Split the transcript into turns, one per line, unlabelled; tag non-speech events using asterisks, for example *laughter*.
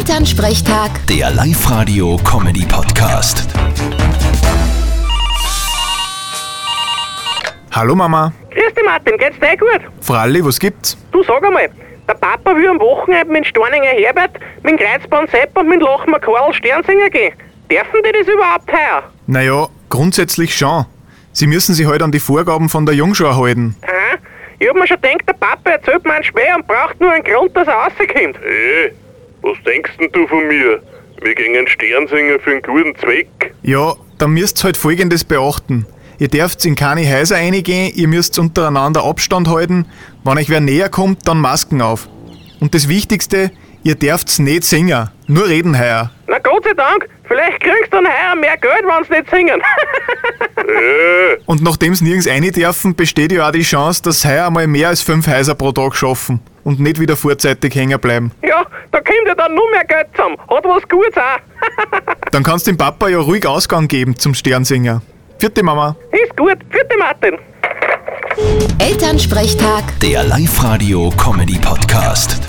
Elternsprechtag,
Der Live-Radio-Comedy-Podcast.
Hallo Mama.
Grüß dich Martin, geht's dir eh gut?
Fralli, was gibt's?
Du sag einmal, der Papa will am Wochenende mit Storninger Herbert, mit dem Kreuzbahn Sepp und mit dem Lachmer Karl Sternsinger gehen. Dürfen die das überhaupt heuer?
Naja, grundsätzlich schon. Sie müssen sich halt an die Vorgaben von der Jungschau halten.
Hä? Ich hab mir schon gedacht, der Papa erzählt mir einen Schmäh und braucht nur einen Grund, dass er rauskommt.
Hey, Äh, was denkst denn du von mir? Wir gehen einen Sternsinger für einen guten Zweck.
Ja, dann müsst halt folgendes beachten. Ihr dürft in keine Häuser reingehen, ihr müsst untereinander Abstand halten. Wenn euch wer näher kommt, dann Masken auf. Und das Wichtigste, ihr dürft's nicht singen, nur reden heuer.
Na Gott sei Dank, vielleicht kriegst du dann heuer mehr Geld, wenn's nicht singen. *laughs*
Hey,
Und nachdem's nirgends rein dürfen, besteht ja auch die Chance, dass heuer einmal mehr als fünf Häuser pro Tag schaffen und nicht wieder vorzeitig hängen bleiben.
ja, da kommt ja dann nur mehr Geld zusammen. Hat was Gutes auch.
Dann kannst dem Papa ja ruhig Ausgang geben zum Sternsinger. Vierte Mama.
Ist gut. Vierte Martin.
Elternsprechtag.
Der Live-Radio-Comedy-Podcast.